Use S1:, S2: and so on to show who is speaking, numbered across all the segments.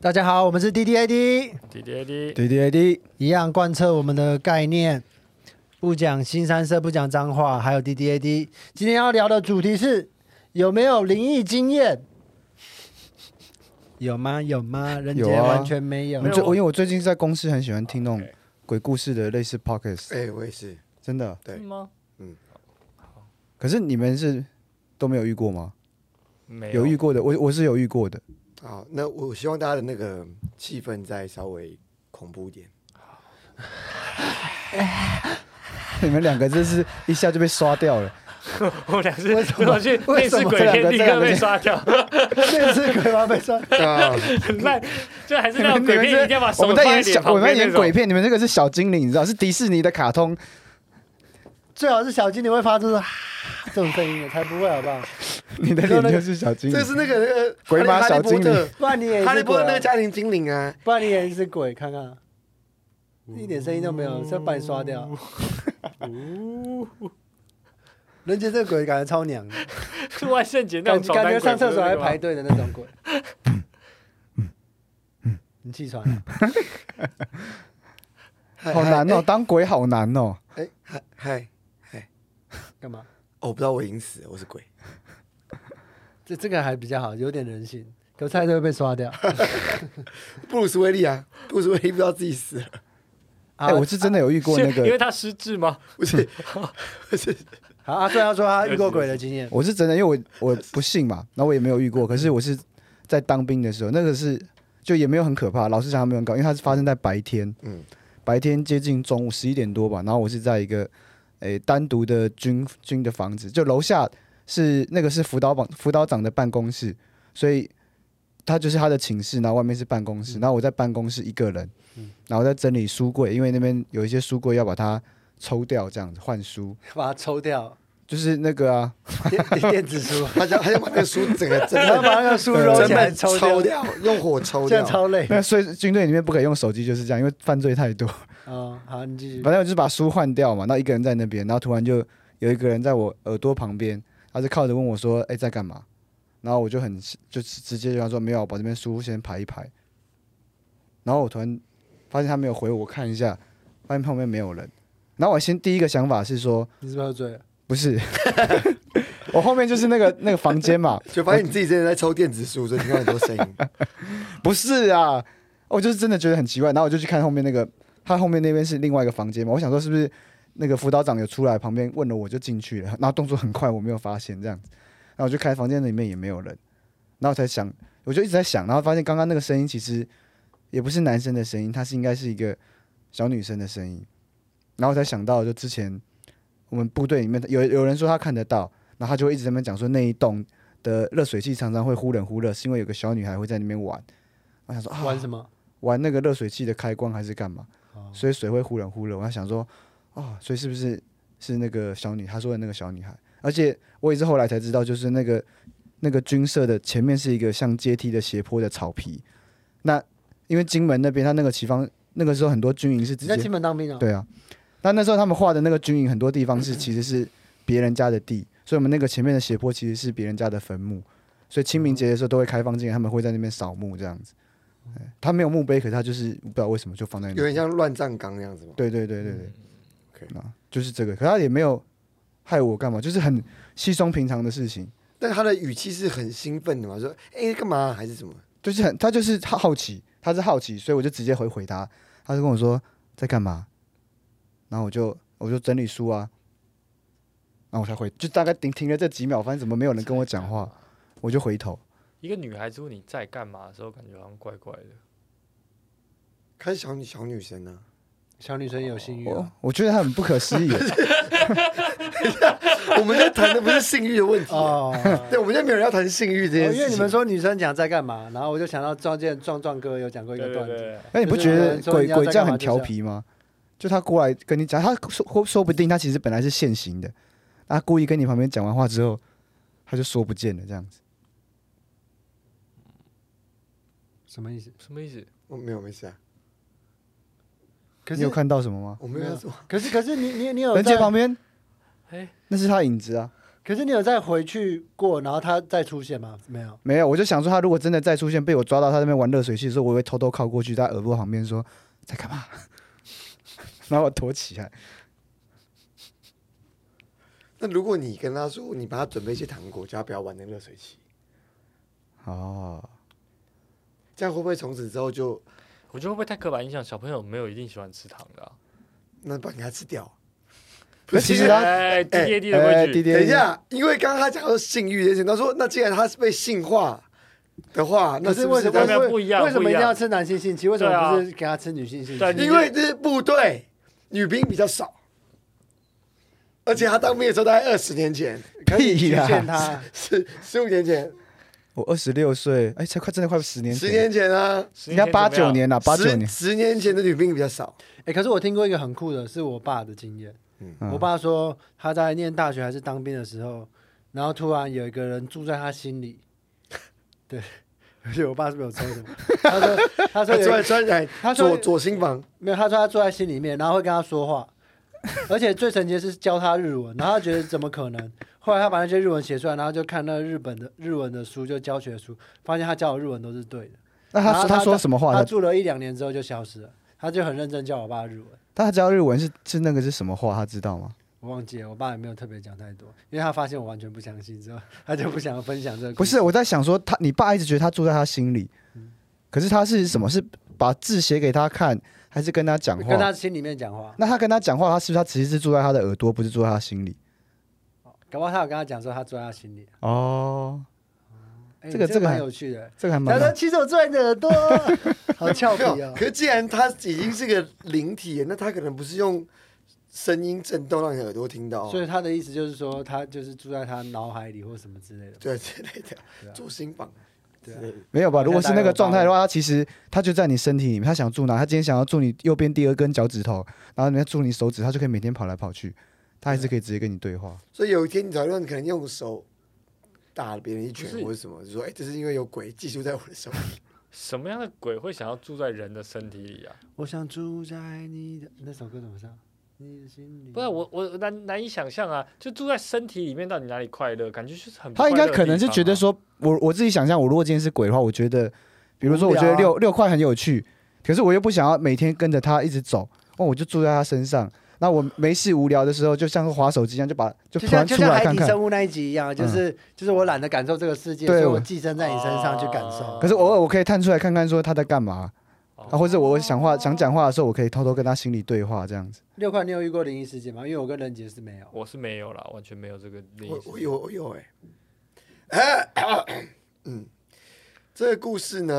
S1: 大家好，我们是 DDAD，
S2: 滴滴滴，
S3: 对对对，
S1: 一样贯彻我们的概念，不讲新三色，不讲脏话，还有 DDAD。今天要聊的主题是有没有灵异经验？有吗？有吗？人杰
S3: 有啊
S1: 完全没有。
S3: 我 最我因为我最近在公司很喜欢听那种鬼故事的类似 podcast，
S4: 哎、我也是，
S3: 真的。
S4: 对
S2: 是吗？
S3: 可是你们是都没有遇过吗？
S2: 没
S3: 有遇过的，我我是有遇过的。
S4: 好，那我希望大家的那个气氛再稍微恐怖一点。
S3: 你们两个真是一下就被刷掉了。
S2: 我们俩是
S3: 为什么
S2: 如果去
S3: 为
S2: 面
S3: 什
S2: 试
S3: 么
S2: 鬼
S3: 这两
S2: 片，
S3: 个
S2: 立
S3: 这两
S2: 刻
S3: 个
S2: 被
S3: 这
S2: 刷 掉，
S1: 这次鬼王被说，
S4: 啊，
S2: 很 烂。就还是
S3: 你
S2: 那
S3: 们
S2: 种鬼
S3: 你们
S2: 片，一定要把
S3: 是，
S2: 手
S3: 我们在
S2: 放
S3: 演
S2: 脸
S3: 小，我
S2: 啊旁
S3: 们在
S2: 边
S3: 演
S2: 那种
S3: 鬼。片，你们这个是小精灵，你知道是迪士尼的卡通，
S1: 最好是小精灵会发出啊这种声音的，才不会好不好？
S3: 你的脸就是小 精
S4: 这
S3: 灵。
S4: 是那个那个
S3: 鬼马
S4: 哈利
S3: 小精灵
S4: 哈利波特
S1: 不然你也
S4: 哈利
S1: 是
S4: 波
S1: 鬼
S4: 特那
S1: 啊、
S4: 个家庭精灵啊，
S1: 不然你也是鬼，看看，一点声音都没有，是要把你刷掉。人杰这个鬼感觉超娘的，
S2: 是 万圣节那
S1: 感
S2: 种床
S1: 感
S2: 单
S1: 觉
S2: 鬼
S1: 上厕所还
S2: 不是那个吗
S1: 排队的那种鬼。你气喘了？
S3: 好
S2: 哎
S3: 难哦，当鬼好难哦。
S4: 哎嗨嗨，
S1: 干嘛？
S4: 哦我不知道我已经死了，我是鬼。
S1: 这这个还比较好，有点人性。可是还是会被刷掉。
S4: 布鲁斯威利啊，布鲁斯威利不知道自己死了，
S3: 哎，我是真的有遇过那
S2: 是因为
S3: 个，
S2: 他失智吗？
S4: 不是不是，
S1: 好，阿顺要说他遇过鬼的经 验，
S3: 我是真的，因为我我不信嘛， 然后我也没有遇过，可是我是在当兵的时候，那个是就也没有很可怕，老实讲还没有很高，因为它是发生在白天。
S4: 嗯
S3: 白天接近中午十一点多吧，然后我是在一个诶、单独的军军的房子，就楼下是那个是辅导长辅导长的办公室，所以他就是他的寝室，然后外面是办公室，然后我在办公室一个人，然后在整理书柜，因为那边有一些书柜要把它抽掉，这样子换书，
S1: 把它抽掉，
S3: 就是那个啊，
S1: 电电电子书，
S4: 他想他想把那个书整个整
S1: 然后
S4: 个
S1: 把那个书
S3: 对
S1: 揉
S4: 整
S1: 起来
S4: 本
S1: 抽
S4: 抽
S1: 掉，
S4: 掉，用火抽
S1: 这样
S4: 掉。
S1: 超 累。
S3: 那所以军队里面不可以用手机，就是这样，因为犯罪太多。
S1: 哦，好，你继续。
S3: 反正我就是把书换掉嘛，然后一个人在那边，然后突然就有一个人在我耳朵旁边，他就靠着问我说：“哎、在干嘛？”然后我就很就直直接就跟他说：“没有，我把这边书先排一排。”然后我突然发现他没有回我，我看一下，发现旁边没有人。然后我先第一个想法是说，
S1: 你是不是喝醉了？
S3: 不是， 我后面就是那个那个房间嘛，
S4: 就发现你自己真的在抽电子书，所以听到很多声音。
S3: 不是啊，我就是真的觉得很奇怪，然后我就去看后面那个，他后面那边是另外一个房间嘛，我想说是不是那个辅导长有出来，旁边问了我就进去了，然后动作很快，我没有发现这样子，然后我就开房间里面也没有人，然后才想，我就一直在想，然后发现刚刚那个声音其实也不是男生的声音，它是应该是一个小女生的声音，然后才想到就之前我们部队里面有有人说他看得到，然后他就会一直在那边讲说那一栋。的热水器常常会忽冷忽热，是因为有个小女孩会在那边玩。我想说啊，
S1: 玩什么？
S3: 玩那个热水器的开关还是干嘛，
S1: 哦
S3: 所以水会忽冷忽热。我还想说，哦，所以是不是是那个小女她说的那个小女孩？而且我也是后来才知道，就是那个那个军舍的前面是一个像阶梯的斜坡的草皮。那因为金门那边，他那个旗方那个时候很多军营是直
S1: 你在
S3: 接
S1: 金门当
S4: 嗯
S1: 兵啊？
S3: 对啊，但那时候他们画的那个军营很多地方是其实是别人家的地，所以我们那个前面的斜坡其实是别人家的坟墓，所以清明节的时候都会开放进来，他们会在那边扫墓这样子。哎他没有墓碑，可是他就是不知道为什么就放在那
S4: 有
S3: 里。
S4: 点像乱葬岗那样子嘛。
S3: 对对对对对，
S4: OK
S3: 啊，就是这个，可他也没有害我干嘛，就是很稀松平常的事情，
S4: 但他的语气是很兴奋的嘛，说：“哎、干嘛？还是什么？
S3: 就是很他就是好奇，他是好奇，所以我就直接回回答，他就跟我说在干嘛，然后我就我就整理书啊，然后我才回，就大概停停了这几秒，发现怎么没有人跟我讲话，我就回头，
S2: 一个女孩子问你在干嘛的时候，感觉好像怪怪的。
S4: 看小女小女生啊呢、
S1: 小女生有性欲
S3: 我
S1: 啊？
S3: 我觉得他很不可思议耶，
S4: 我们在谈的不是性欲的问题、
S1: 哦，
S4: 对，我们现在没有人要谈性 欲这件
S1: 哦
S4: 事情。
S1: 因为你们说女生讲在干嘛，然后我就想到撞见壮壮哥有讲过一
S2: 对
S1: 个
S2: 对
S1: 段子，
S2: 对，
S3: 那你不觉得
S1: 就是有人说
S3: 鬼
S1: 你要
S3: 鬼
S1: 在
S3: 这
S1: 干
S3: 样
S1: 嘛
S3: 很调皮吗？就他过来跟你讲，他说说不定他其实本来是现行的，他故意跟你旁边讲完话之后，他就说不见了这样子。
S1: 什么意思？
S2: 什么意思？
S4: 我没有没事啊，
S1: 可
S3: 你有
S1: 是
S3: 看到什么吗？
S4: 我没有要做。
S1: 可是可是你你你有
S3: 人杰
S1: 在
S3: 旁边
S2: 哎，
S3: 那是他影子啊，
S1: 可是你有再回去过，然后他再出现吗？没有。
S3: 没有，我就想说，他如果真的再出现，被我抓到他那边玩热水器的时候，我会偷偷靠过去，在他耳朵旁边说在干嘛， 然后我躲起来。
S4: 那如果你跟他说，你帮他准备一些糖果，叫他不要玩那个热水器，
S3: 哦，
S4: 这样会不会从此之后就
S2: 我觉得会不会太刻板印象？小朋友没有一定喜欢吃糖的、啊。
S4: 那把你给他吃掉？
S3: 可其实他
S2: 哎，D A D 的
S3: 哎
S2: 规矩，
S3: 弟弟，
S4: 等一，下，因为刚刚他讲到性欲这件事，他说那既然他是被性化的话，那
S1: 可
S4: 是不
S1: 为
S4: 是
S1: 什
S2: 代
S1: 么
S2: 表
S4: 代
S1: 为
S4: 表？
S2: 不一样
S1: 为什么
S2: 不
S1: 一
S2: 一
S1: 定
S2: 样
S1: 要吃男性性器？为什么不
S2: 对啊
S1: 是给他吃女性性器
S2: 对？你
S4: 因为这是部队，女兵比较少，而且他当兵的时候大概二十年前，
S1: 可以
S3: 屁
S1: 局
S3: 啦
S1: 限他。
S4: 十十五年前，
S3: 我二十六岁，哎，才快真的快十年前，
S4: 十年前啊，
S2: 十年
S3: 人家
S2: 前
S3: 八
S2: 怎么
S3: 九
S2: 样，
S3: 年啊了，八九
S4: 十
S3: 年，
S4: 十年前的女兵比较少，
S1: 哎、可是我听过一个很酷的，是我爸的经验。
S3: 嗯
S1: 我爸说他在念大学还是当兵的时候，然后突然有一个人住在他心里。 对，而且我爸是没有抽什么。他说，他说
S4: 哎
S1: 有
S4: 他
S1: 一个
S4: 突然突然来，
S1: 他说
S4: 左左心房，
S1: 没有，他说他坐在心里面，然后会跟他说话，而且最神奇的是教他日文，然后他觉得怎么可能？后来他把那些日文写出来，然后就看那个日本的日文的书，就教学书，发现他教的日文都是对的。
S3: 那他
S1: 然后
S3: 说他说什么话？
S1: 他
S3: 他
S1: 住了一两年之后就消失了，他就很认真教我爸日文，
S3: 他知道日文是是那个是什么话，他知道吗？
S1: 我忘记了，我爸也没有特别讲太多，因为他发现我完全不相信之后，他就不想分享这个。
S3: 不是，，我在想说他，你爸一直觉得他住在他心里，可是他是什么？是把字写给他看，还是跟他讲话？
S1: 跟他心里面讲话，
S3: 那他跟他讲话，他是不是他其实是住在他的耳朵，不是住在他心里？
S1: 搞不好他有跟他讲说他坐在他心里，
S3: 哦，
S1: 哎
S3: 这个
S1: 你
S3: 这个
S1: 蛮
S3: 还
S1: 有趣的。
S3: 这个还
S1: 他
S3: 蛮
S1: 说：“其实我坐在你的耳 朵，好俏皮
S4: 没有
S1: 哦。
S4: 可是既然他已经是个灵体了，那他可能不是用声音震动让你耳朵听
S3: 哦
S4: 到啊，
S1: 所以他的意思就是说，他就是住在他脑海里或什么之类的。
S4: 对之类
S1: 对啊
S4: 的，左心房之
S1: 对啊
S4: 类的。
S3: 没有吧？如果是那个状态
S1: 大概
S3: 的
S1: 有
S3: 话，他其实他就在你身体里面，他想住哪，他今天想要住你右边第二根脚趾头，然后人家住你手指，他就可以每天跑来跑去，他还是可以直接跟你对话。
S1: 嗯
S4: 所以有一天你找到你可能用手打了别人一拳
S2: 不是
S4: 或者什么，就说哎、这是因为有鬼寄宿在我的手里。
S2: 什么样的鬼会想要住在人的身体里啊？
S1: 我想住在你的那首歌怎么唱？你的心里
S2: 不
S3: 嗯
S2: 是我，我难难以想象啊！就住在身体里面，到底哪里快乐？感觉就是很不
S3: 他应该
S2: 快乐的
S3: 可能
S2: 地
S3: 是
S2: 方啊
S3: 觉得，说，我我自己想象，我如果今天是鬼的话，我觉得，比如说我觉
S1: 无
S3: 得
S1: 聊啊
S3: 六六块很有趣，可是我又不想要每天跟着他一直走，哦，我就住在他身上。那我没事无聊的时候，就像滑手机一样，就把就
S1: 就
S3: 突
S1: 像
S3: 然
S1: 就
S3: 出
S1: 像
S3: 来
S1: 海
S3: 看
S1: 底
S3: 看。
S1: 生物那一集一样，就是、就是我懒得感受这个世界，所
S3: 对哦
S1: 以我
S3: 我
S1: 寄生在你身上去感受
S2: 啊。
S3: 可是偶尔我可以探出来看看，说他在干嘛
S2: 哦
S3: 啊，或者我想话想讲话的时候，我可以偷偷跟他心里对话这样子。
S1: 六块，你有遇过灵异事件吗？因为我跟任杰是没有。
S2: 我是没有啦，完全没有这个灵
S4: 我
S2: 异事
S4: 我
S2: 件。
S4: 有我有哎、 嗯，这个故事呢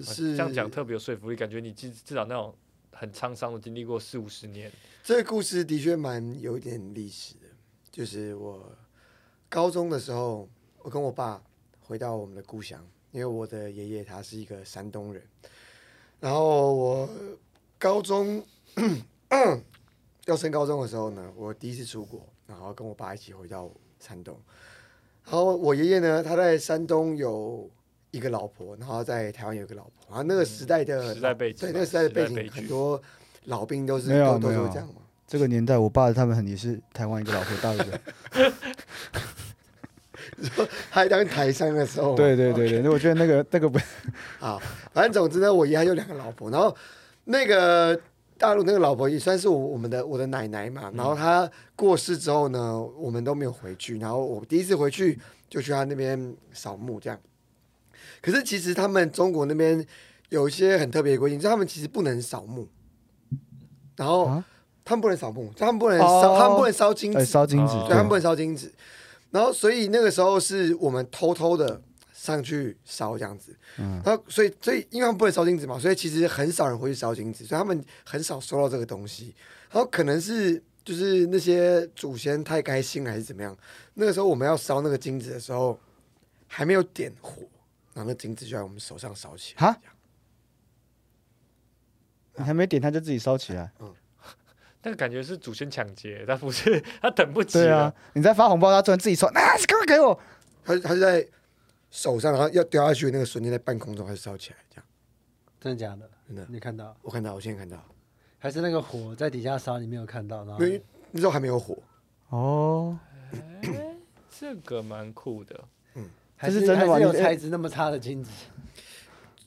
S2: 啊
S4: 是
S2: 这样讲特别有说服力，感觉你至至少那种很沧桑的经历过四五十年，
S4: 这个故事的确蛮有一点历史的，就是我高中的时候，我跟我爸回到我们的故乡，因为我的爷爷他是一个山东人，然后我高中 要升高中的时候呢，我第一次出国，然后跟我爸一起回到山东，然后我爷爷呢，他在山东有。一个老婆，然后在台湾有一个老婆，然后那个时代的
S2: 嗯时代背景
S4: 对
S2: 嘛
S4: 那个时代的
S2: 时代
S4: 背景，
S2: 悲剧
S4: 很多老兵都是
S3: 没有
S4: 都都
S3: 没有
S4: 是这样嘛。
S3: 这个年代，我爸他们很也是台湾一个老婆大哥。
S4: 还当台商的时候，
S3: 对对对对，那我觉得那个那个不
S4: 啊，反正总之呢，我爷还有两个老婆，然后那个大陆那个老婆也算是我我们的我的奶奶
S3: 嗯
S4: 嘛，然后她过世之后呢，我们都没有回去，然后我第一次回去就去她那边扫墓这样，可是其实他们中国那边有一些很特别的规定，就是他们其实不能扫墓，然后。
S3: 啊
S4: 他们不能扫墓，他们不能烧，
S3: 哦
S4: 他们不能烧金
S3: 哎
S4: 纸，
S3: 烧金纸
S2: 哦，
S4: 对，
S3: 对
S4: 他们不能烧金纸。然后，所以那个时候是我们偷偷的上去烧这样子。
S3: 嗯
S4: 然后，所以，所以因为他们不能烧金纸嘛，所以其实很少人会去烧金纸，所以他们很少收到这个东西。然后可能是就是那些祖先太开心了还是怎么样，那个时候我们要烧那个金纸的时候还没有点火，然后那金纸就在我们手上烧起来。
S3: 哈，你还没点他就自己烧起来。
S2: 那个感觉是祖先抢劫，他不是 他等不及
S3: 对啊
S2: 了。，
S3: 你在发红包，他突然自己说啊，赶快给我。
S4: 他他就在手上，然后要掉下去的那个瞬间，在半空中它就烧起来，这样
S1: 真的假的？
S4: 真的。
S1: 你看到？
S4: 我看到，我现在看到，
S1: 还是那个火在底下烧，你没有看到？然后
S2: 哎
S4: 因为那时候还没有火。
S3: 哦，
S2: 这个蛮酷的。
S1: 还
S3: 这是真的吗
S1: 还是有
S3: 你哎
S1: 材质那么差的金子？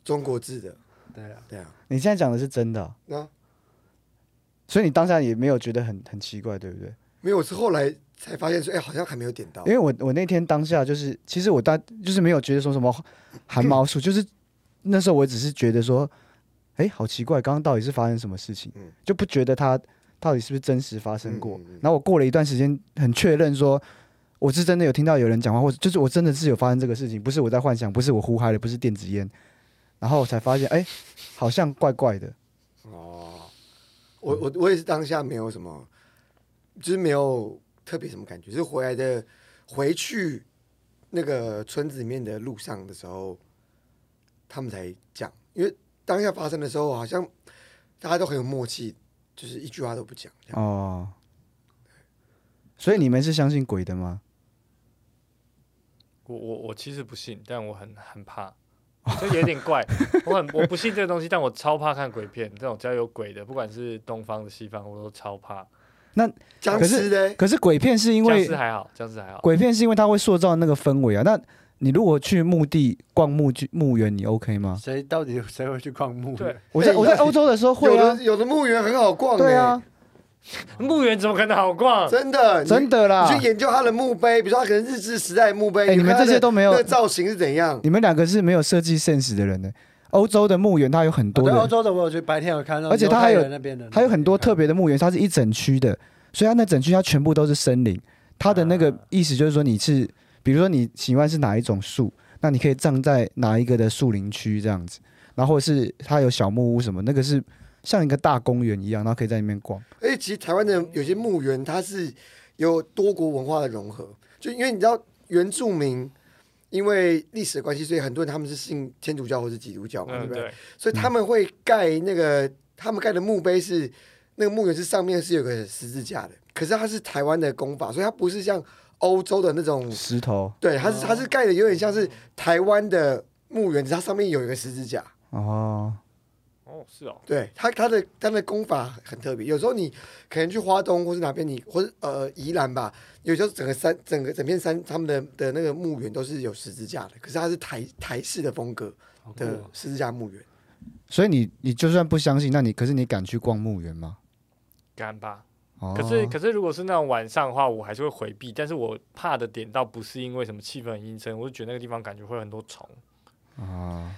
S4: 中国制的，
S1: 对啊，
S4: 对啊，
S3: 你现在讲的是真的哦、
S4: 那、
S3: 所以你当下也没有觉得很很奇怪，对不对？
S4: 没有，我是后来才发现说，哎、好像还没有点到
S3: 因。为我我那天当下就是，其实我当就是没有觉得说什么汗 毛竖，就是那时候我只是觉得说，哎、好奇怪，刚刚到底是发生什么事情，
S4: 嗯
S3: 就不觉得它到底是不是真实发生过。
S4: 嗯嗯嗯
S3: 然后我过了一段时间，很确认说。我是真的有听到有人讲话，或者就是我真的是有发生这个事情，不是我在幻想，不是我胡嗨了，不是电子烟，然后我才发现，哎、好像怪怪的。
S4: 哦，我我我也是当下没有什么，就是没有特别什么感觉，是回来的回去那个村子里面的路上的时候，他们才讲，因为当下发生的时候，好像大家都很有默契，就是一句话都不讲。这样
S3: 哦，所以你们是相信鬼的吗？
S2: 我我我其实不信，但我很很怕，就有点怪。 我很我不信这个东西，但我超怕看鬼片，这种只要有鬼的，不管是东方的西方，我都超怕。
S4: 僵
S3: 可是
S4: 尸嘞，
S3: 可是鬼片是因
S2: 僵
S3: 为
S2: 尸还好，僵尸还好。
S3: 鬼片是因为它会塑造那个氛围啊。那你如果去墓地逛墓剧墓园，你 OK 吗？
S1: 谁到底谁会去逛墓？啊
S2: 对，
S3: 我在我在欧洲的时候会
S4: 有
S3: 啊
S4: 的，有的墓园很好逛、欸，
S3: 对啊，，
S2: 墓园怎么可能好逛？嗯
S4: 真欸的，你
S3: 真的啦
S4: 你。去研究他的墓碑，比如说他可能日治时代的墓碑，
S3: 哎你们
S4: 看他
S3: 这些
S4: 的
S3: 都没有
S4: 那个造型是怎样？
S3: 你们两个是没有设计 sense 的人呢。欧洲的墓园它有很
S1: 哦，
S3: 多
S1: 对，
S4: 啊
S3: 的
S1: 欧洲的我有去，白天有看到，
S3: 而且它还有
S1: 犹太人那边的，
S3: 还有很多特别的墓园，它是一整区的，所以它那整区它全部都是森林。它的那个
S2: 啊
S3: 意思就是说，你是比如说你喜欢是哪一种树，那你可以葬在哪一个的树林区这样子，然后或者是它有小木屋什么，那个是像一个大公园一样，然后可以在里面逛。
S4: 而且其实台湾的有些墓园，它是有多国文化的融合，就因为你知道原住民。因为历史的关系，所以很多人他们是信天主教或是基督教嘛，对
S2: 嗯，
S4: 不对？
S2: 对，
S4: 所以他们会盖那个，他们盖的墓碑是那个墓园是上面是有个十字架的，可是它是台湾的功法，所以它不是像欧洲的那种
S3: 石头
S4: 对，它是它是盖的有点像是台湾的墓园，只是它上面有一个十字架。
S3: 哦，
S2: 哦，是哦，
S4: 对它它的它的功法很特别，有时候你可能去花东或是哪边你，或是呃宜兰吧，有时候整个山整个整片山他们的的那个墓园都是有十字架的，可是它是台台式的风格的
S2: 哦
S4: 十字架墓园。
S3: 所以你你就算不相信，那你可是你敢去逛墓园吗？
S2: 敢吧？
S3: 哦，
S2: 可是可是如果是那种晚上的话，我还是会回避。但是我怕的点倒不是因为什么气氛很阴森，我就觉得那个地方感觉会有很多虫。
S3: 啊，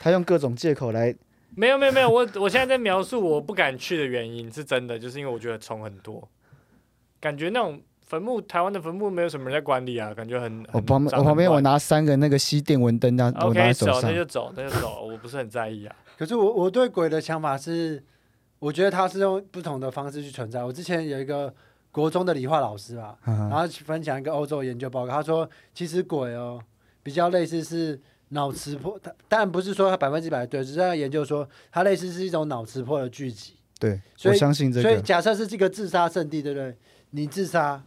S3: 他用各种借口来
S2: 没有没有没有，我 我现在在描述我不敢去的原因是真的，就是因为我觉得虫很多，感觉那种坟墓，台湾的坟墓没有什么人在管理啊，感觉很啊
S3: 我旁我旁边我。拿三个那个吸电蚊灯，那我拿
S2: OK，
S3: 在手
S2: 走
S3: 上
S2: 那。就走，那就走，我不是很在意啊。
S1: 可是我我对鬼的想法是，我觉得他是用不同的方式去存在。我之前有一个国中的理化老师啊吧，然
S3: 嗯
S1: 后分享一个欧洲研究报告，他说其实鬼哦比较类似是脑磁波，他当然不是说他百分之百对，只是他研究说它类似是一种脑磁波的聚集。
S3: 对，
S1: 所
S3: 我
S1: 以
S3: 相信这
S1: 所以
S3: 个。
S1: 假设是这个自杀圣地，对不对？你自杀，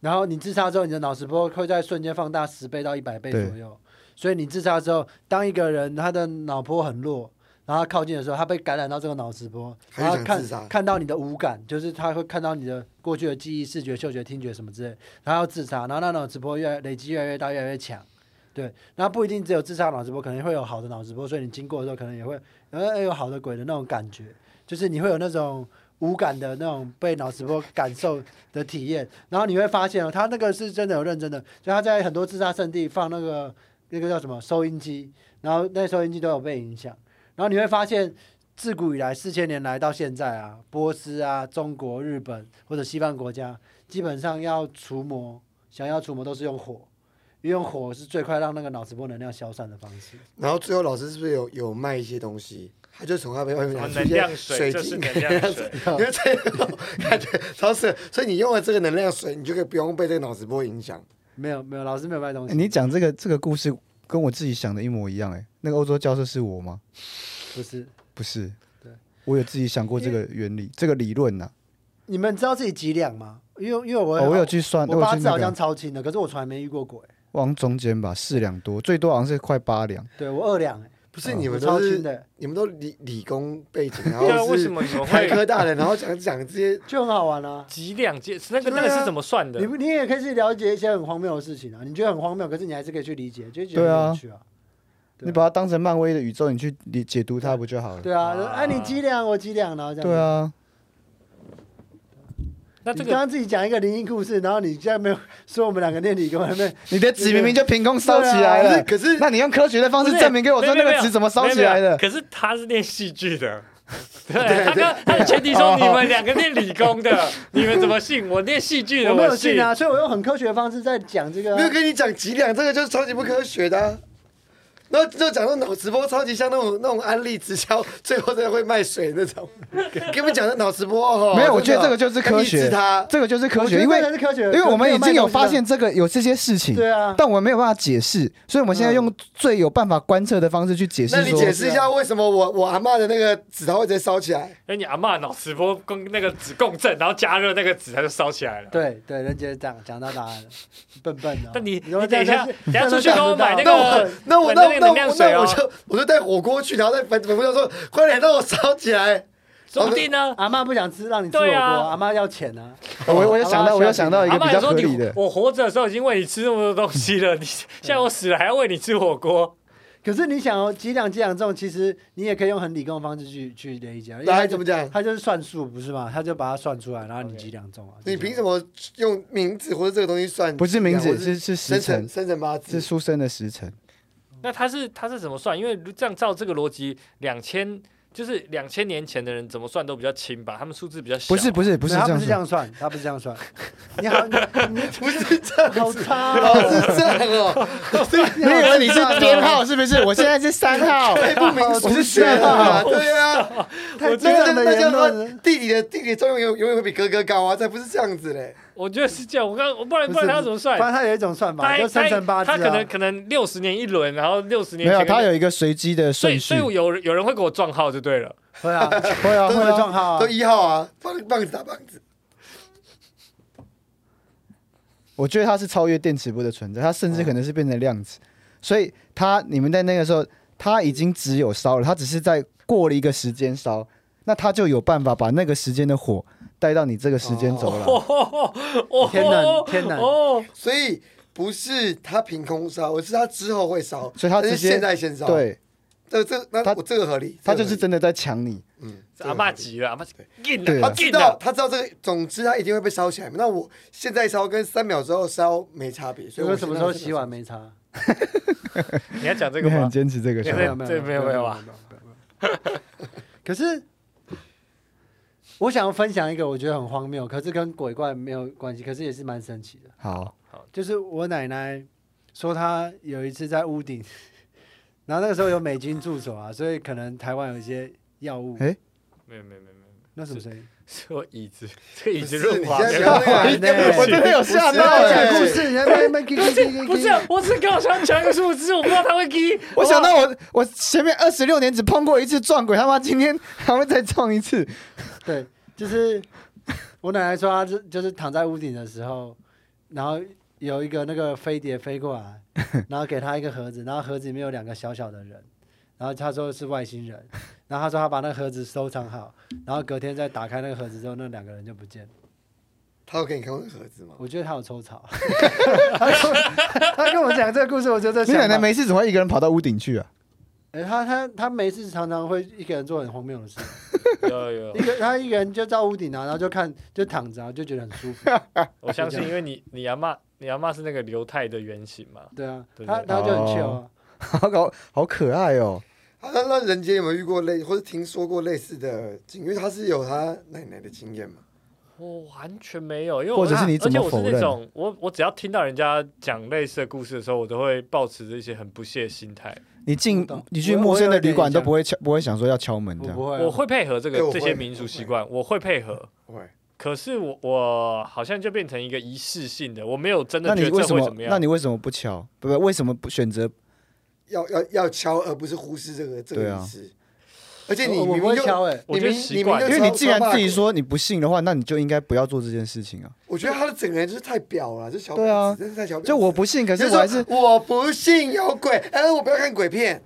S1: 然后你自杀之后，你的脑磁波会在瞬间放大十倍到一百倍
S3: 对
S1: 左右。所以你自杀之后，当一个人他的脑波很弱，然后他靠近的时候，他被感染到这个脑磁波，
S4: 他就
S1: 然后
S4: 想
S1: 看
S4: 自杀
S1: 看到你的五感，就是他会看到你的过去的记忆、视觉、嗅觉、听觉什么之类，然后自杀，然后那脑磁波越来累积越来越大，越来越强。对，那不一定只有自杀脑直播，可能会有好的脑直播，所以你经过的时候可能也会，呃，有好的鬼的那种感觉，就是你会有那种无感的那种被脑直播感受的体验，然后你会发现哦，他那个是真的有认真的，就他在很多自杀圣地放那个那个叫什么收音机，然后那收音机都有被影响，然后你会发现。自古以来，四千年来到现在啊，波斯啊、中国、日本或者西方国家，基本上要除魔，想要除魔都是用火，因为用火是最快让那个脑直波能量消散的方式。
S4: 然后最后老师是不是有有卖一些东西？他就从他们外面
S3: 啊
S2: 什么哦能
S4: 拿出一
S2: 量
S4: 些
S2: 水，这是
S4: 晶，
S2: 能量水。
S4: 因为这种感觉超适合，所以你用了这个能量水，你就可以不用被这个脑直波影响。
S1: 没有没有，老师没有卖东西。
S3: 欸你讲这个这个故事跟我自己想的一模一样哎、那个欧洲教授是我吗？
S1: 不是？
S3: 不是，
S1: 对
S3: 我有自己想过这个原理，这个理论呐、
S1: 你们知道自己几两吗？因为因为我、
S3: 哦，我有去算，
S1: 我
S3: 有
S1: 八
S3: 去
S1: 字
S3: 那
S1: 好像
S3: 个，
S1: 超轻的，可是我从来没遇过鬼。
S3: 往中间吧，四两多，最多好像是快八两。
S1: 对我二两、欸，
S4: 不是你们
S1: 我
S4: 都
S1: 超
S4: 是
S1: 轻的，
S4: 你们都理理工 背景，然
S2: 嗯对啊，
S4: 后
S2: 为
S4: 是
S2: 什么你们
S4: 台
S2: 会
S4: 科大的，然后讲讲这些，
S1: 就很好玩啊。
S2: 几两件？那个
S4: 对啊
S2: 那个是怎么算的
S1: 你？不你也可以去了解一些很荒谬的事情啊，你觉得很荒谬，可是你还是可以去理解，就觉得很有趣啊。对啊
S3: 你把它当成漫威的宇宙，你去理解读它不就好了？
S1: 对啊，
S2: 啊
S1: 哎、你几两我几两，然后这样。
S3: 对，啊，
S2: 那
S1: 你
S2: 这个
S1: 刚刚自己讲一个灵异故事，然后你现在没有说我们两个念理工， 还没
S3: 你的纸明明就凭空烧起来了，
S1: 啊
S4: 可是
S3: 哎那你用科学的方
S2: 不
S3: 式
S2: 是
S3: 证明给我说
S2: 没有
S3: 那
S2: 没
S3: 个
S2: 有
S3: 纸怎么烧起
S2: 没有
S3: 来
S2: 没有
S3: 的？
S2: 可是他是练戏剧的，对他刚他的前提说你们两个练理工的，你们怎么信？我练戏剧的，
S1: 我没有
S2: 信
S1: 信啊，所以我用很科学的方式在讲这个、
S3: 呃
S4: 没有
S1: 啊。
S4: 跟你讲几两，这个就是超级不科学的、啊。然后就讲到脑直播超级像那种那种安利直销， 最后才会卖水 那种。跟你们讲的脑直播哦，
S3: 没有，我
S4: 真
S3: 觉
S4: 的
S3: 得这个就是科学
S4: 抑制它，
S3: 啊这个就是科
S1: 我觉
S3: 学，
S1: 得
S3: 因为
S1: 这才是科学，
S3: 因为我们已经有发
S1: 呃没卖东西
S3: 现这个有这些事情
S1: 了。，对啊，
S3: 但我们没有办法解释，所以我们现在用最有办法观测的方式去解释
S4: 那你
S3: 说，啊
S4: 解释一下为什么我我阿嬷的那个纸条会直接烧起 来？
S2: 哎，你阿嬷脑磁波跟那个纸共振，然后加热那个纸，它就烧起 来了。
S1: 对对，人家这样讲到答案了，笨笨的、哦
S2: 但你
S1: 如果
S2: 你等一下
S1: 这样
S2: 等一下出去跟我买那
S4: 那
S2: 个
S4: 我那 我
S2: 我
S4: 那
S2: 那个
S4: 那
S2: 能
S4: 我
S2: 量水
S4: 那我
S2: 哦
S4: 就我就带火锅去，然后在粉粉红上说，快点让我烧 起来。
S2: 说不定呢。
S1: 阿妈不想吃，让你吃火锅，
S2: 对啊
S1: 阿妈要钱啊。
S3: 我我就想到，我就想到一
S2: 阿
S3: 个比
S2: 嬷也
S3: 较
S2: 说
S3: 合
S2: 你
S3: 理的，
S2: 我活着的时候已经喂你吃那么多东西了，你现在我死了还要喂你吃火锅，
S1: 可是你想哦，几两几两这种，其实你也可以用很理工的方式去去理解啊。因为
S4: 那还
S1: 他
S4: 怎
S1: 就
S4: 么讲？
S1: 他就是算数不是吗？他就把它算出来，然后你
S2: OK
S1: 几两中啊？
S4: 你凭什么用名字或者这个东西算？
S3: 不是名
S4: 我
S3: 字，是是时
S4: 生辰
S3: 辰，
S4: 生辰八字
S3: 是。出生的时辰。
S2: 那他是他是怎么算？因为这样照这个逻辑，两千就是两千年前的人怎么算都比较轻吧，他们数字比较小。
S3: 不是不是不
S1: 不
S3: 是
S1: 他
S3: 这
S1: 不是
S3: 样子
S1: 这，样算，他不是这样算。你好，你
S4: 不是这样，
S1: 好差
S4: 老
S1: 哦，
S4: 是这样 哦。
S3: 你以为你是编号是不是？我现在是三 号，
S4: 对，不明
S3: 我是
S4: 数学
S3: 四号
S4: 啊，对啊，
S1: 太
S4: 这
S1: 这
S4: 样
S1: 样的
S4: 的那
S1: 言
S4: 这样
S1: 论
S4: 的
S1: 了。
S4: 话，弟弟的弟弟的作用永永远会比哥哥高啊，才不是这样子嘞。
S2: 我觉得是这样。我刚我不然
S1: 不
S2: 不然
S1: 是
S2: 他要怎么算
S1: 反？正他有一种算法，
S2: 他
S1: 就生辰八字
S2: 他可能
S1: 啊。
S2: 可能六十年一轮，然后六十年
S3: 没有，
S2: 前
S3: 它有一个随机的
S2: 所以
S3: 顺序
S2: 所，以有人有人会给我撞号就对了。
S1: 会啊，
S3: 会啊
S1: 都
S3: 会
S1: 会
S3: 啊。
S1: 撞号啊
S4: 都。一号啊，棒棒子打棒子，
S3: 我觉得它是超越电磁波的存在，它甚至可能是变成量子，所以它你们在那个时候，它已经只有烧了，它只是在过了一个时间烧，那它就有办法把那个时间的火带到你这个时间走了。
S2: 哦
S1: 天哪天哪
S2: 哦，
S4: 所以不是他凭空烧，而是他之后会烧，
S3: 所以他
S4: 但是
S3: 直接
S4: 现在先烧。，
S3: 对，
S4: 这这那
S3: 他
S4: 我这个合理，
S3: 它
S4: 这
S3: 就
S4: 个
S3: 是
S4: 合理
S3: 真的在抢你。
S4: 嗯，这个
S2: 阿
S4: 合
S2: 妈
S4: 理
S2: 急了，阿妈急，硬
S3: 对
S2: 的，
S3: 啊
S4: 他
S2: 硬
S4: 知道
S2: 的，
S4: 他知道这个，总之他一定会被烧起来。那我现在烧跟三秒之后烧没差别，
S1: 所
S4: 所以
S1: 以
S4: 我
S1: 我什么时候洗碗？没差？
S2: 你要讲这
S3: 这
S2: 个
S3: 很
S2: 吗？
S3: 坚持这个想
S2: 对
S1: 没
S3: 法，
S1: 有没有
S2: 这没有没有啊。
S1: 没有没有可是，我想分享一个我觉得很荒谬，可是跟鬼怪没有关系，可是也是蛮神奇的。
S3: 好，
S1: 就是我奶奶说，她有一次在屋顶， 然后那个时候有美军驻守啊，所以可能台湾有一些药物。
S3: 哎
S2: 没有没有没有没有，
S1: 那什么声音？
S2: 是我椅子，这个椅
S4: 不
S2: 子
S4: 是
S2: 润滑没
S4: 你现在
S2: 有
S4: 不要那个
S1: 没有没有
S3: 我真的有吓
S4: 不是
S3: 到
S1: 在
S3: 哎、
S1: 讲故 事，你在那边不是
S2: 不是，啊我只是刚好想讲一个数字，我不知道他会给。
S3: 我想到我我前面二十六年只碰过一次撞鬼，他妈今天还会再撞一次。
S1: 对，就是我奶奶说，她就就是躺在屋顶的时候，然后有一个那个飞碟飞过来，然后给她一个盒子，然后盒子里面有两个小小的人，然后她说是外星人，然后她说她把那个盒子收藏好，然后隔天再打开那个盒子之后，那两个人就不见了。
S4: 他有给你看过那个盒子吗？
S1: 我觉得她有抽草， 她跟我她跟我讲这个故事，我就在
S3: 你
S1: 想
S3: 奶奶
S1: 法，
S3: 没事怎么会一个人跑到屋顶去啊？
S1: 哎，她她她没事常常会一个人做很荒谬的事，
S2: 有有
S1: 一，个她一个人就到屋顶啊，然后就看就躺着啊，就觉得很舒服，
S2: 我相信，因为你你阿嬷你阿嬷是那个刘泰的原型嘛，
S1: 对啊，
S2: 对
S1: 她
S2: 对
S1: 她就很 chill 啊
S3: 哦。好搞，好可爱哦、
S4: 啊，那那人杰有没有遇过类或者听说过类似的经？因为他是有他奶奶的经验嘛。
S2: 我完全没有，因为
S3: 或者是你怎么
S2: 而且我是那
S3: 否认
S2: 种，我我只要听到人家讲类似的故事的时候，我都会抱持着一些很不屑的心态，
S3: 你进
S1: 懂
S3: 你去陌生的
S1: 我
S3: 旅
S1: 我有
S3: 馆
S1: 点
S3: 都不会敲，不会想说要敲哦门这
S1: 我
S3: 样。
S1: 不会啊、
S2: 我会配合这
S4: 哎
S2: 个
S4: 我
S2: 这
S4: 会
S2: 些民俗习惯，我会配合。
S4: 喂，
S2: 可是我我好像就变成一个仪式性的，我没有真
S3: 那
S2: 的觉
S3: 你
S2: 得
S3: 为
S2: 这
S3: 什
S2: 会
S3: 么
S2: 怎？么
S3: 那
S2: 样。
S3: 你为什么不敲？不不，为什么不选择？
S4: 要要要敲，而不是忽视这个这
S3: 对
S4: 个
S3: 啊
S4: 意思。而且你
S1: 我我
S4: 明
S1: 不
S4: 明
S1: 会
S4: 就
S1: 敲哎、欸，
S2: 我
S4: 你
S2: 觉得
S4: 明
S2: 习
S4: 你明
S2: 惯
S4: 就
S3: 因
S4: 超
S3: 为你既然自己，
S4: 超怕鬼
S3: 说你不信的话，那你就应该不要做这件事情啊。
S4: 我觉得他的整个人就是太婊了，就小婊
S3: 对啊
S4: 子真是太小婊子了。
S3: 就我不信，可
S4: 就是说，
S3: 我还是
S4: 我不信有鬼，哎，我不要看鬼片。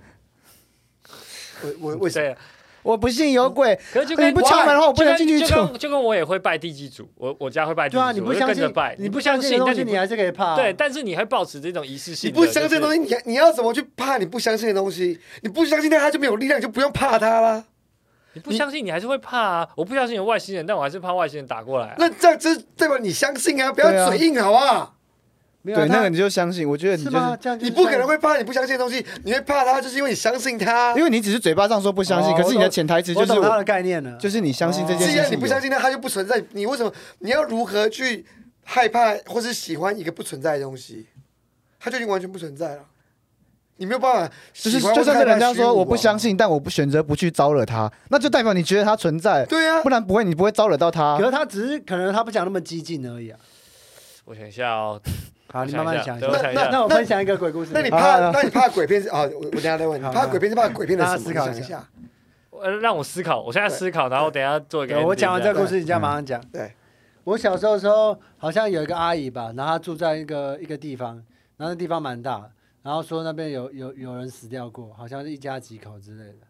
S4: 为为为什么？
S2: 对，啊
S3: 我不信有鬼，
S2: 可是就跟
S3: 你不敲门的话我不能进去
S2: 就跟就跟我也会拜地基主，我我家会拜地基
S1: 对
S2: 主，
S1: 啊，你不
S2: 我就
S1: 相
S2: 跟着
S1: 信
S2: 拜，，
S1: 你
S2: 不
S1: 不
S2: 相
S1: 信的东
S2: 但
S1: 西，
S2: 你
S1: 你
S2: 不
S1: 还是可以怕啊。
S2: 对，但是你还保持这种仪式性
S4: 你
S2: 的，
S4: 不相
S2: 就
S4: 信的东西，
S2: 是
S4: 你还你要怎么去怕你不相信的东西？你不相信它，它就没有力量，你就不用怕它啦。
S2: 你不相信，你还是会怕啊。我不相信有外星人，但我还是怕外星人打过来啊。
S4: 那这样这代表你相信啊，不
S3: 对啊
S4: 要嘴硬好不好？
S1: 没有啊
S3: 对，那
S1: 他
S3: 个你就相信。我觉得你
S1: 是
S3: 就是
S1: 吗？这样就是
S4: 你不可能
S1: 像
S4: 会怕你不相信的东西，你会怕它，就是因为你相信它
S3: 因。为你只是嘴巴上说不相信，
S1: 哦
S3: 可是你
S1: 我
S3: 的
S1: 懂
S3: 潜台词就
S1: 我
S3: 是
S1: 懂他
S3: 我
S1: 的概念了，
S3: 就是你相信这件
S4: 哦既
S3: 事
S4: 然你
S3: 情
S4: 不
S3: 有。
S4: 相信它，它就不存在。你为什么？你要如何去害怕或是喜欢一个不存在的东西？它就已经完全不存在了。你没有办法
S3: 就
S4: 喜
S3: 是
S4: 欢或
S3: 就
S4: 害怕虚无啊，
S3: 算是人家说我不相信，但我不选择不去招惹他，那就代表你觉得他存在，
S4: 对啊
S3: 不，然不会你不会招惹到他
S1: 可。是他只是可能他不讲那么激进而已啊。
S2: 我想一下哦，
S1: 好，
S2: 我
S1: 你
S2: 想
S1: 慢慢
S2: 一下
S1: 想一
S2: 对
S1: 下
S2: 我。想一
S1: 那
S2: 下
S1: 那我
S4: 那
S1: 分享一个鬼故事。
S4: 那你
S3: 好
S4: 怕
S3: 好
S4: 那你怕鬼片是啊？我我等一下再问你，
S1: 好
S4: 怕鬼片是怕鬼片的
S1: 大家
S4: 什么？
S1: 思
S4: 我
S1: 考一
S4: 想一
S1: 下
S4: 下。
S2: 呃，让我思考，我现在思考，然后等一下做一
S1: 对
S2: 个。
S1: 我讲完这个故，事，你再
S3: 嗯
S1: 马上讲。
S4: 对，
S1: 我小时候的时候，好像有一个阿姨吧，然后她住在一个一个地方，然后那地方蛮大，然后说那边有有有人死掉过，好像是一家几口之类的。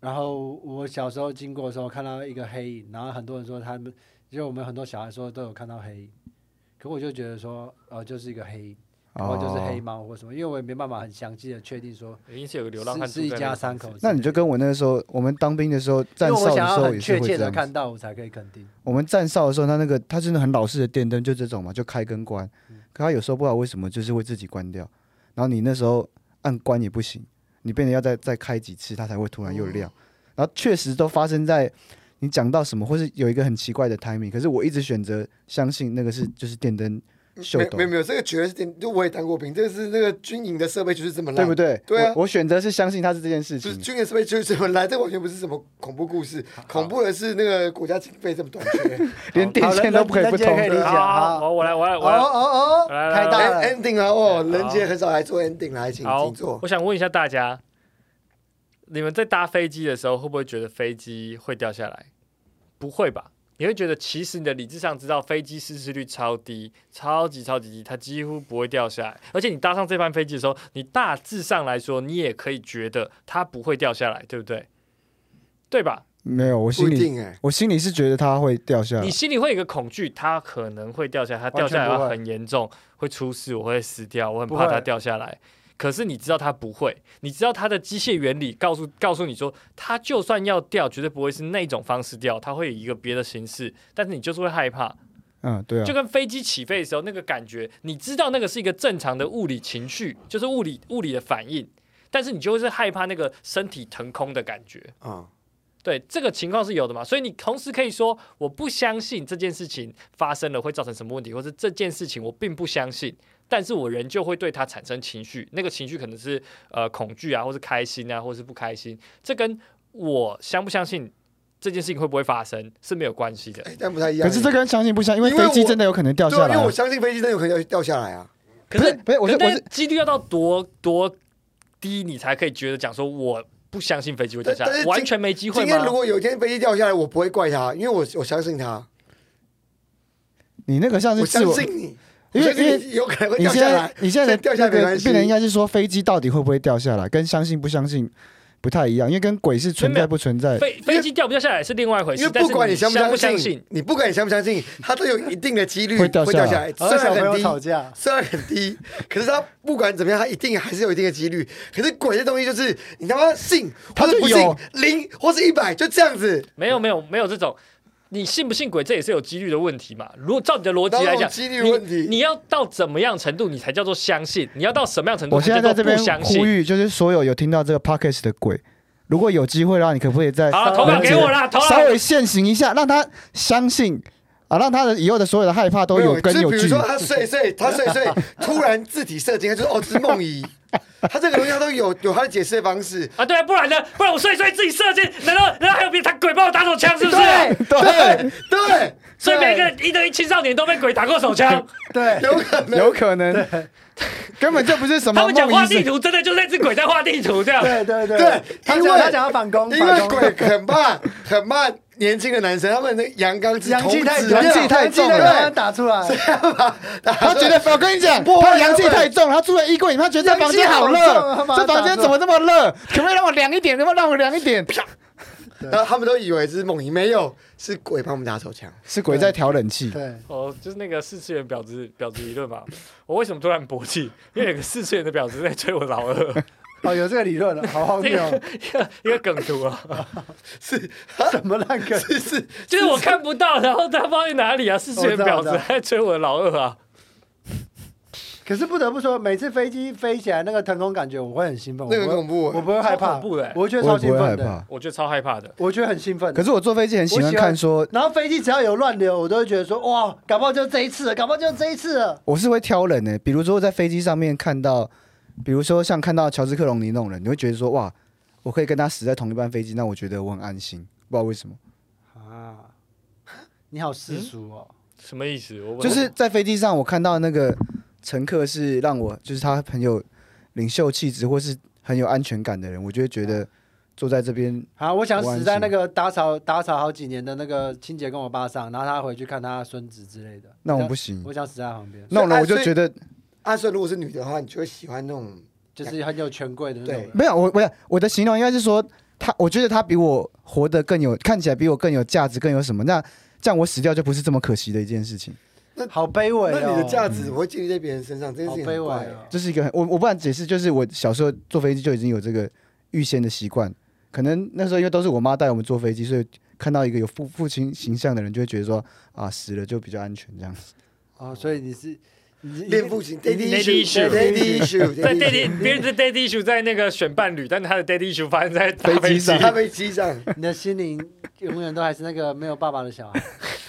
S1: 然后我小时候经过的时候看到一个黑影，然后很多人说他们，就我们很多小孩说都有看到黑影，可我就觉得说，呃，就是一个黑影，然后就是黑
S3: 哦
S1: 猫或什么，因为我也没办法很详细的确定说
S2: 一定是有个流浪汉
S1: 是
S2: 住
S1: 是一
S2: 在那
S1: 家
S2: 个
S1: 三
S2: 房
S1: 口
S2: 子
S1: 之类的。
S3: 那你就跟我那个时候，我们当兵的时候，
S1: 因为
S3: 站
S1: 我
S3: 哨
S1: 想
S3: 的
S1: 要
S3: 时候
S1: 很
S3: 也是
S1: 确
S3: 会
S1: 切
S3: 这
S1: 的
S3: 样子。
S1: 看到，我才可以肯定。
S3: 我们站哨的时候，他那个他真的很老式的电灯，就这种嘛，就开跟关。
S1: 嗯
S3: 可他有时候不知道为什么就是会自己关掉，然后你那时候按关也不行，你变得要再再开几次，它才会突然又
S1: 哦
S3: 亮。然后确实都发生在你讲到什么，或是有一个很奇怪的 timing，可是我一直选择相信那个是就是电灯秀
S4: 没
S3: 抖
S4: 没，有没有，这个绝对是电，就我也当过兵，这个是那个军营的设备就是这么烂，
S3: 对不
S4: 对？
S3: 对？
S4: 对啊
S3: 我我选择是相信它是这件事
S4: 就是
S3: 情。
S4: 军营的设备就是这么烂，这完全不是什么恐怖故事，恐怖的是那个国家经费这么短 缺。
S3: 连电线都不可以不通
S1: 好人人人间可以理解。
S2: 好，
S1: 好，
S2: 我我来我来
S1: 哦
S2: 我来，
S1: 哦哦，
S2: 来来
S1: 开大
S2: 来
S1: 了
S4: End-，ending 了哦，
S2: 对
S4: 人杰很少来做 ending 来，请
S2: 好
S4: 请做。
S2: 我想问一下大家，你们在搭飞机的时候会不会觉得飞机会掉下来？不会吧？你会觉得其实你的理智上知道飞机失事率超低，超级超级低，它几乎不会掉下来。而且你搭上这班飞机的时候，你大致上来说，你也可以觉得它不会掉下来，对不对？对吧？
S3: 没有，我
S4: 不
S3: 心
S4: 一
S3: 里
S4: 定哎，
S3: 我心里是觉得它会掉下来
S2: 你。心里会有一个恐惧，它可能会掉下来，它掉
S1: 嗯完全
S2: 下来的
S1: 不
S2: 话
S1: 会
S2: 很严重，会出事，我会死掉，我很
S1: 不
S2: 怕它
S1: 会
S2: 掉下来。可是你知道它不会，你知道它的机械原理告诉告诉你说，它就算要掉，绝对不会是那种方式掉，它会以一个别的形式，但是你就是会害怕，
S3: 嗯，对啊
S2: 就。跟飞机起飞的时候那个感觉，你知道那个是一个正常的物理情绪，就是物理物理的反应，但是你就是害怕那个身体腾空的感觉。
S4: 啊，
S2: 对，这个情况是有的嘛，所以你同时可以说我不相信这件事情发生了会造成什么问题，或者这件事情我并不相信，但是我仍旧会对它产生情绪，那个情绪可能是呃恐惧啊，或是开心啊，或是不开心，这跟我相不相信这件事情会不会发生是没有关系的。
S4: 哎，但不太一样。
S3: 可是这跟相信不相信，因为
S4: 因为
S3: 飞机
S4: 我
S3: 真的有可能掉
S4: 对
S3: 下
S4: 啊，
S3: 来
S4: 因为
S3: 啊
S4: 我。相信飞机真的有可能要掉下来啊。
S2: 可
S3: 不
S2: 是
S3: 是不是，我是
S2: 可
S3: 我
S2: 是
S3: 是
S2: 几率要到多多低，你才可以觉得讲说我不相信飞机会掉下
S4: 但但
S2: 来，
S4: 是
S2: 完
S4: 今
S2: 全没机会
S4: 今天
S2: 吗
S4: 如？果有一天飞机掉下来，我不会怪他，因为我我相信他，
S3: 你那个像是
S4: 我
S3: 自
S4: 相
S3: 我，
S4: 信你，
S3: 因为
S4: 我相信你
S3: 因为
S4: 有可能会
S3: 你
S4: 掉
S3: 现
S4: 下来
S3: 在。你现在
S4: 现在
S3: 的
S4: 掉下
S3: 那
S4: 来没
S3: 个
S4: 关系
S3: 变得应该是说飞机到底会不会掉下来，跟相信不相信不太一样，因为跟鬼是存
S2: 没有
S3: 在不存在。
S2: 飞
S4: 因
S2: 飞
S4: 为
S2: 机掉不掉下来是另外一回
S4: 因
S2: 事，
S4: 为
S2: 但
S4: 不
S2: 是
S4: 管
S2: 你
S4: 相
S2: 相不
S4: 不
S2: 相
S4: 信
S2: 信，，
S4: 你不管你相不相信，它都有一定的几率
S3: 会掉下来哎
S4: 下来，
S1: 然
S4: 虽
S1: 后
S4: 然
S1: 小朋
S4: 很
S1: 友
S4: 低，
S1: 吵架，
S4: 虽然很低， 可是它不管怎么样，它一定还是有一定的几率。可是鬼这东西就是你他妈信
S3: 它
S4: 或
S3: 就
S4: 者不信
S3: 有，
S4: 零或是一百，就这样子。
S2: 没有没有没有这种，你信不信鬼，这也是有几率的问题嘛。如果照你的逻辑来
S4: 哪有
S2: 讲，
S4: 几率问题
S2: 你你要到怎么样程度，你才叫做相信？你要到什么样程度，
S3: 我现在在这边
S2: 才叫做不相
S3: 呼
S2: 信？
S3: 吁，就是所有有听到这个 podcast 的鬼，如果有机会让你可不可以再
S2: 好了，
S1: 稍
S2: 投稿
S1: 微
S2: 给我啦，投稿
S3: 稍微现行一下，让他相信啊，让他的以后的所有的害怕都
S4: 没
S3: 有
S4: 就
S3: 根
S4: 是
S3: 有
S4: 比如
S3: 据。
S4: 说他睡一 睡，他睡一睡，突然字体射精，他就说哦，这是梦遗。他这个东西他都有有他的解释的方 式。
S2: 啊！对啊，不然呢？不然我睡一睡自己射箭，难道难道还有别他鬼帮我打手枪是不
S4: 对
S2: 是？
S4: 对对，
S2: 所以每个一对一青少年都被鬼打过手 枪，
S1: 对，
S4: 有可能
S3: 有可能，根本就不是什
S2: 他
S3: 么
S2: 们讲
S3: 梦
S2: 画
S3: 遗
S2: 地
S3: 是
S2: 图，真的就那只鬼在画地图这样。
S1: 对对对
S4: 对
S1: 他
S4: 因
S1: 讲
S4: 为
S1: 他讲要反攻，
S4: 因为
S1: 反攻，
S4: 鬼很怕，很怕年轻的男生，他们的阳刚之
S1: 阳气太
S4: 童
S1: 重
S4: 子
S1: 了，
S4: 啊
S3: 阳气太重了
S1: 阳气太重打出来，
S3: 他觉得我跟你讲，
S1: 不
S3: 他阳气太重，他住在衣柜里面，他觉得这房间好
S1: 阳气好重
S3: 热
S1: 他，把它
S3: 这房间怎么这么热？可不可以让我凉一点？能不能让我凉一点？啪，
S4: 然后他们都以为是梦遗，没有，是鬼帮我们打手枪。
S3: 是鬼在调冷气。
S1: 对，
S2: 哦，就是那个四次元婊子婊子理论嘛。我为什么突然勃起？因为有个四次元的婊子在追我老 二，
S1: 哦，有这个理论了，好荒
S2: 这
S1: 谬哦，
S2: 个 一个一个梗图啊，
S1: 什么烂梗？
S4: 是是，
S2: 就是我看不到，然后他放在哪里 啊？四次元婊子在追我老二啊。
S1: 可是不得不说，每次飞机飞起来那个腾空感觉，我会很兴奋，我
S4: 那个
S1: 不会
S4: 恐怖
S1: 我不会害
S2: 超
S1: 怕，
S2: 恐怖的欸
S1: 我会觉得
S3: 我
S1: 超
S3: 也不
S1: 兴
S3: 会害
S1: 奋的，
S3: 怕，
S2: 我觉得超害怕的。
S1: 我觉得很兴奋
S3: 可。是我坐飞机很喜欢看说，
S1: 然后飞机只要有乱流，我都会觉得说，哇，搞不好就这一次了，搞不好就这一次了。
S3: 我是会挑人的、比如说我在飞机上面看到，比如说像看到乔治克隆尼那种人，你会觉得说哇，我可以跟他死在同一班飞机，那我觉得我很安心。不知道为什么，
S1: 啊，你好世俗哦，
S2: 什么意思？我
S3: 就是在飞机上我看到那个乘客是让我就是他很有领袖气质或是很有安全感的人，我就会觉得坐在这边
S1: 好，我想
S3: 我安
S1: 死
S3: 心
S1: 在那个打扫打扫好几年的那个清洁工我爸上，然后他回去看他孙子之类的。
S3: 那我
S1: 我
S3: 不行
S1: 想，我想死在他旁边，
S3: 那种人我就
S4: 啊所以
S3: 觉得
S4: 阿顺如果是女的话，你就会喜欢那种
S1: 就是很有权贵的那种
S4: 对
S1: 人。
S3: 没有，我不是我的形容应该是说他，我觉得他比我活得更有，看起来比我更有价值，更有什么？那这样我死掉就不是这么可惜的一件事情，
S1: 好卑微哦。
S4: 那你的价值怎么会建立在别人身上？这件
S1: 好
S4: 事情
S1: 卑微
S4: 很怪欸。
S1: 哦。
S3: 这是一个很我我不敢解释，就是我小时候坐飞机就已经有这个预先的习惯，可能那时候因为都是我妈带我们坐飞机，所以看到一个有父父亲形象的人，就会觉得说啊死了就比较安全这样。
S1: 哦，所以你是你
S4: 恋父情，daddy
S2: Daddy
S4: issue，daddy issue，
S2: 在
S4: daddy
S2: daddy 别人的 daddy issue 在那个选伴侣，但他的 daddy issue 发生在大
S3: 飞机上
S4: issue 他被击上，
S1: 你的心灵永远都还是那个没有爸爸的小孩。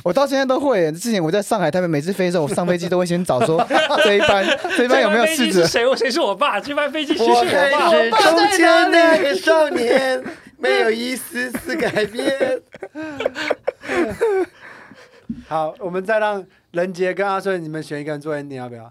S3: 我到现在都会，之前我在上海，他们每次飞的时候，我上飞机都会先找说 啊这一班这一班有没有
S2: 这班
S3: 试
S2: 飞机是
S3: 着
S2: 谁？我谁是我爸？这班飞机谁是
S4: 我
S2: 我
S4: 还
S2: 爸？
S4: 是中间那个少年，没有一丝丝改变。
S1: 好，我们再让任杰跟阿顺你们选一个人做 ending，要不要？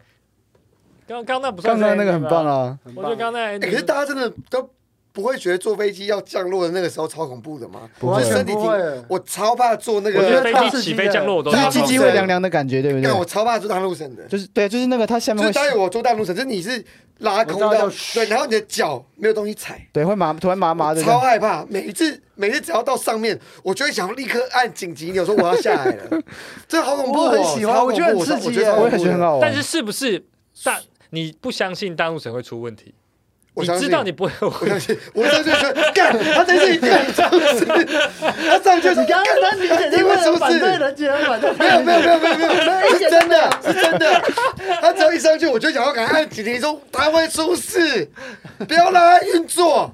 S2: 刚刚那不算
S3: 刚
S2: 是
S3: 刚那个很
S2: ending 吧
S3: 棒！啊。
S1: 很
S2: 我
S1: 棒
S2: 觉得刚才
S4: 欸可是大家真的都不会觉得坐飞机要降落的那个时候超恐怖的吗？
S3: 不
S1: 完
S3: 会
S1: 全
S4: 身体
S1: 不
S4: 挺
S1: 会，
S4: 我超怕坐那
S2: 我觉得
S1: 我觉
S2: 飞
S4: 个，
S1: 得
S2: 机起飞降落我都
S3: 就是
S4: 大
S3: 鸡
S4: 陆
S3: 鸡
S4: 神
S3: 会凉凉的感觉，对不对
S4: 但？我超怕坐大陆神的。
S3: 就是对，就是那个它下
S4: 就
S3: 面
S4: 是
S3: 会
S4: 当然我坐大陆神，就是你是拉空
S1: 我知道
S4: 到
S1: 叫嘘
S4: 对，然后你的脚没有东西踩，
S3: 对会麻，突然麻麻的这
S4: 超
S3: 样。
S4: 害怕。每一次每次只要到上面，我就会想要立刻按紧急钮，说我要下来 了。这好恐怖哦，
S1: 我很喜欢
S4: 超恐怖
S1: 我觉得很刺激
S4: 我觉得
S1: 耶
S4: 超
S3: 我也
S4: 恐
S3: 觉
S4: 怖
S3: 得很
S4: 的。
S3: 好玩。
S2: 但是是不是大？你不相信大陆神会出问题？
S4: 我
S2: 你
S4: 相信
S2: 知道你不会有
S4: 我相信，我相信说，干，他这是一定很重 视，他上去是
S1: 你刚刚那明显
S4: 因
S1: 就
S4: 为
S1: 为
S4: 是
S1: 了
S4: 不
S1: 反对
S4: 是？
S1: 任杰，反对
S4: 没有没有没有没有 没有，是真的是真的。他只要一上去，我就想要赶快按紧急钟，他会出事，不要让他运作，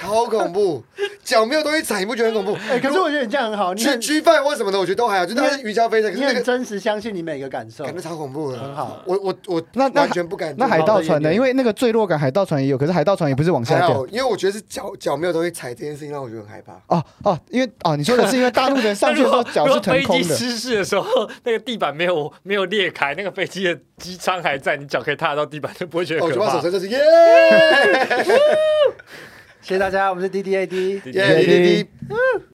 S4: 超恐怖。脚没有东西踩，你不觉得很恐怖？
S1: 哎，可是我觉得你这样很好，你
S4: 去
S1: 很
S4: 吃饭或什么的，我觉得都还好，就那是云霄飞车，可
S1: 你
S4: 是那
S1: 很
S4: 个
S1: 真实相信你每个感受
S4: 感。觉超恐怖的，
S1: 很好。
S4: 我我我
S3: 那那
S4: 完全不敢。
S3: 那海盗船呢？因为那个坠落感，海盗船也有，可是海盗船也不是往下
S4: 还
S3: 掉
S4: 好，。因为我觉得是脚脚没有东西踩这件事情让我觉得很害怕。
S3: 哦哦，因为哦，你说的是因为大陆人上去的时候脚
S2: 如
S3: 是
S2: 果
S3: 腾
S2: 飞
S3: 空
S2: 机
S3: 的，
S2: 失事的时候，那个地板没有没有裂开，那个飞机的机舱还在，你脚可以踏到地板，就不会觉得
S4: 哦，我
S2: 可
S4: 就怕手
S2: 怕。
S4: 车就是 耶
S1: 谢谢大家，我们是 D D A D。
S4: 耶滴滴滴。